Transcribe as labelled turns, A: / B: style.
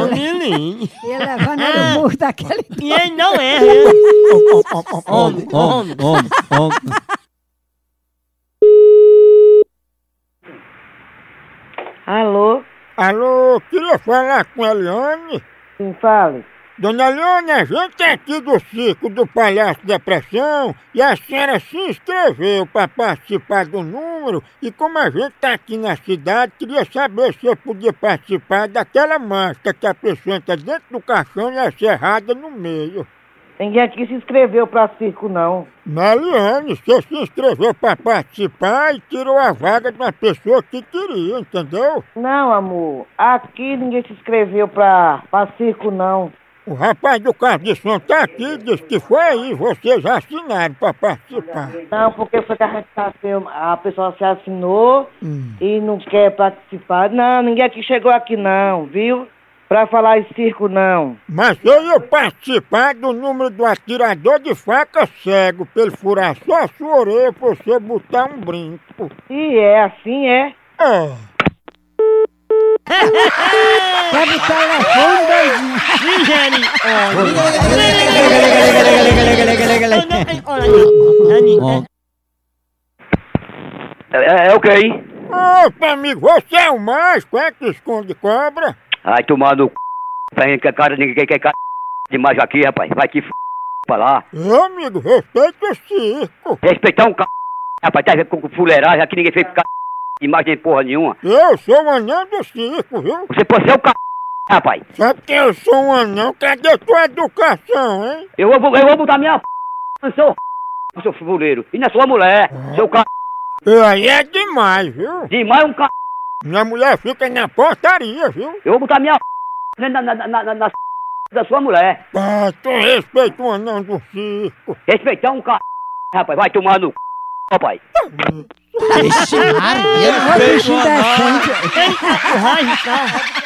A: homem.
B: Ele levando era o burro daquele.
A: é E ele não erra. Ele- Homem, homem.
C: homem, homem.
D: Alô?
E: Alô, queria falar com a Eliane.
D: Quem fala?
E: Dona Eliane, a gente é aqui do Circo do Palhaço Depressão e a senhora se inscreveu para participar do número e como a gente está aqui na cidade, queria saber se eu podia participar daquela máscara que a pessoa entra dentro do caixão e é cerrada no meio.
D: Ninguém aqui se inscreveu pra circo, não.
E: Mas, Eliane, você se inscreveu para participar e tirou a vaga de uma pessoa que queria, entendeu?
D: Não, amor. Aqui ninguém se inscreveu pra, pra circo, não.
E: O rapaz do carro de som tá aqui, disse que foi aí, vocês assinaram para participar.
D: Não, porque foi que a gente tá sem- a pessoa se assinou e não quer participar. Não, ninguém aqui chegou aqui, não, viu? Pra falar em circo, não.
E: Mas eu ia participar do número do atirador de faca cego, pra ele furar só a sua orelha pra você botar um brinco.
D: E é assim, é?
E: É.
B: Pega o telefone, doidinho.
A: Olha,
F: É, é o que aí?
E: Opa, amigo, você é o mágico, é que esconde cobra?
F: Vai tomar no c... pra gente que é cara, ninguém quer cara demais aqui, rapaz. Vai te f... pra lá.
E: Ô, amigo, respeita o circo.
F: Respeitar um c... Rapaz, tá vendo com fuleiragem aqui, ninguém fez c... demais nem porra nenhuma.
E: Eu sou um anão do circo, viu?
F: Você pode ser o c... rapaz.
E: Sabe que eu sou um anão? Cadê tua educação, hein?
F: Eu vou, eu vou mudar minha f... no seu c... seu fuleiro. E na sua mulher. Seu c...
E: E aí é demais, viu?
F: demais um c...
E: Minha mulher fica na portaria, viu?
F: Eu vou botar minha f... né, na, na, na, na, na c... da sua mulher.
E: Pá, Ah, tu respeita um anão do circo.
F: Respeitar um c... rapaz. Vai tomar no c... rapaz.
B: Ô, bichinho decente.
A: Ele tá com raiva, tá?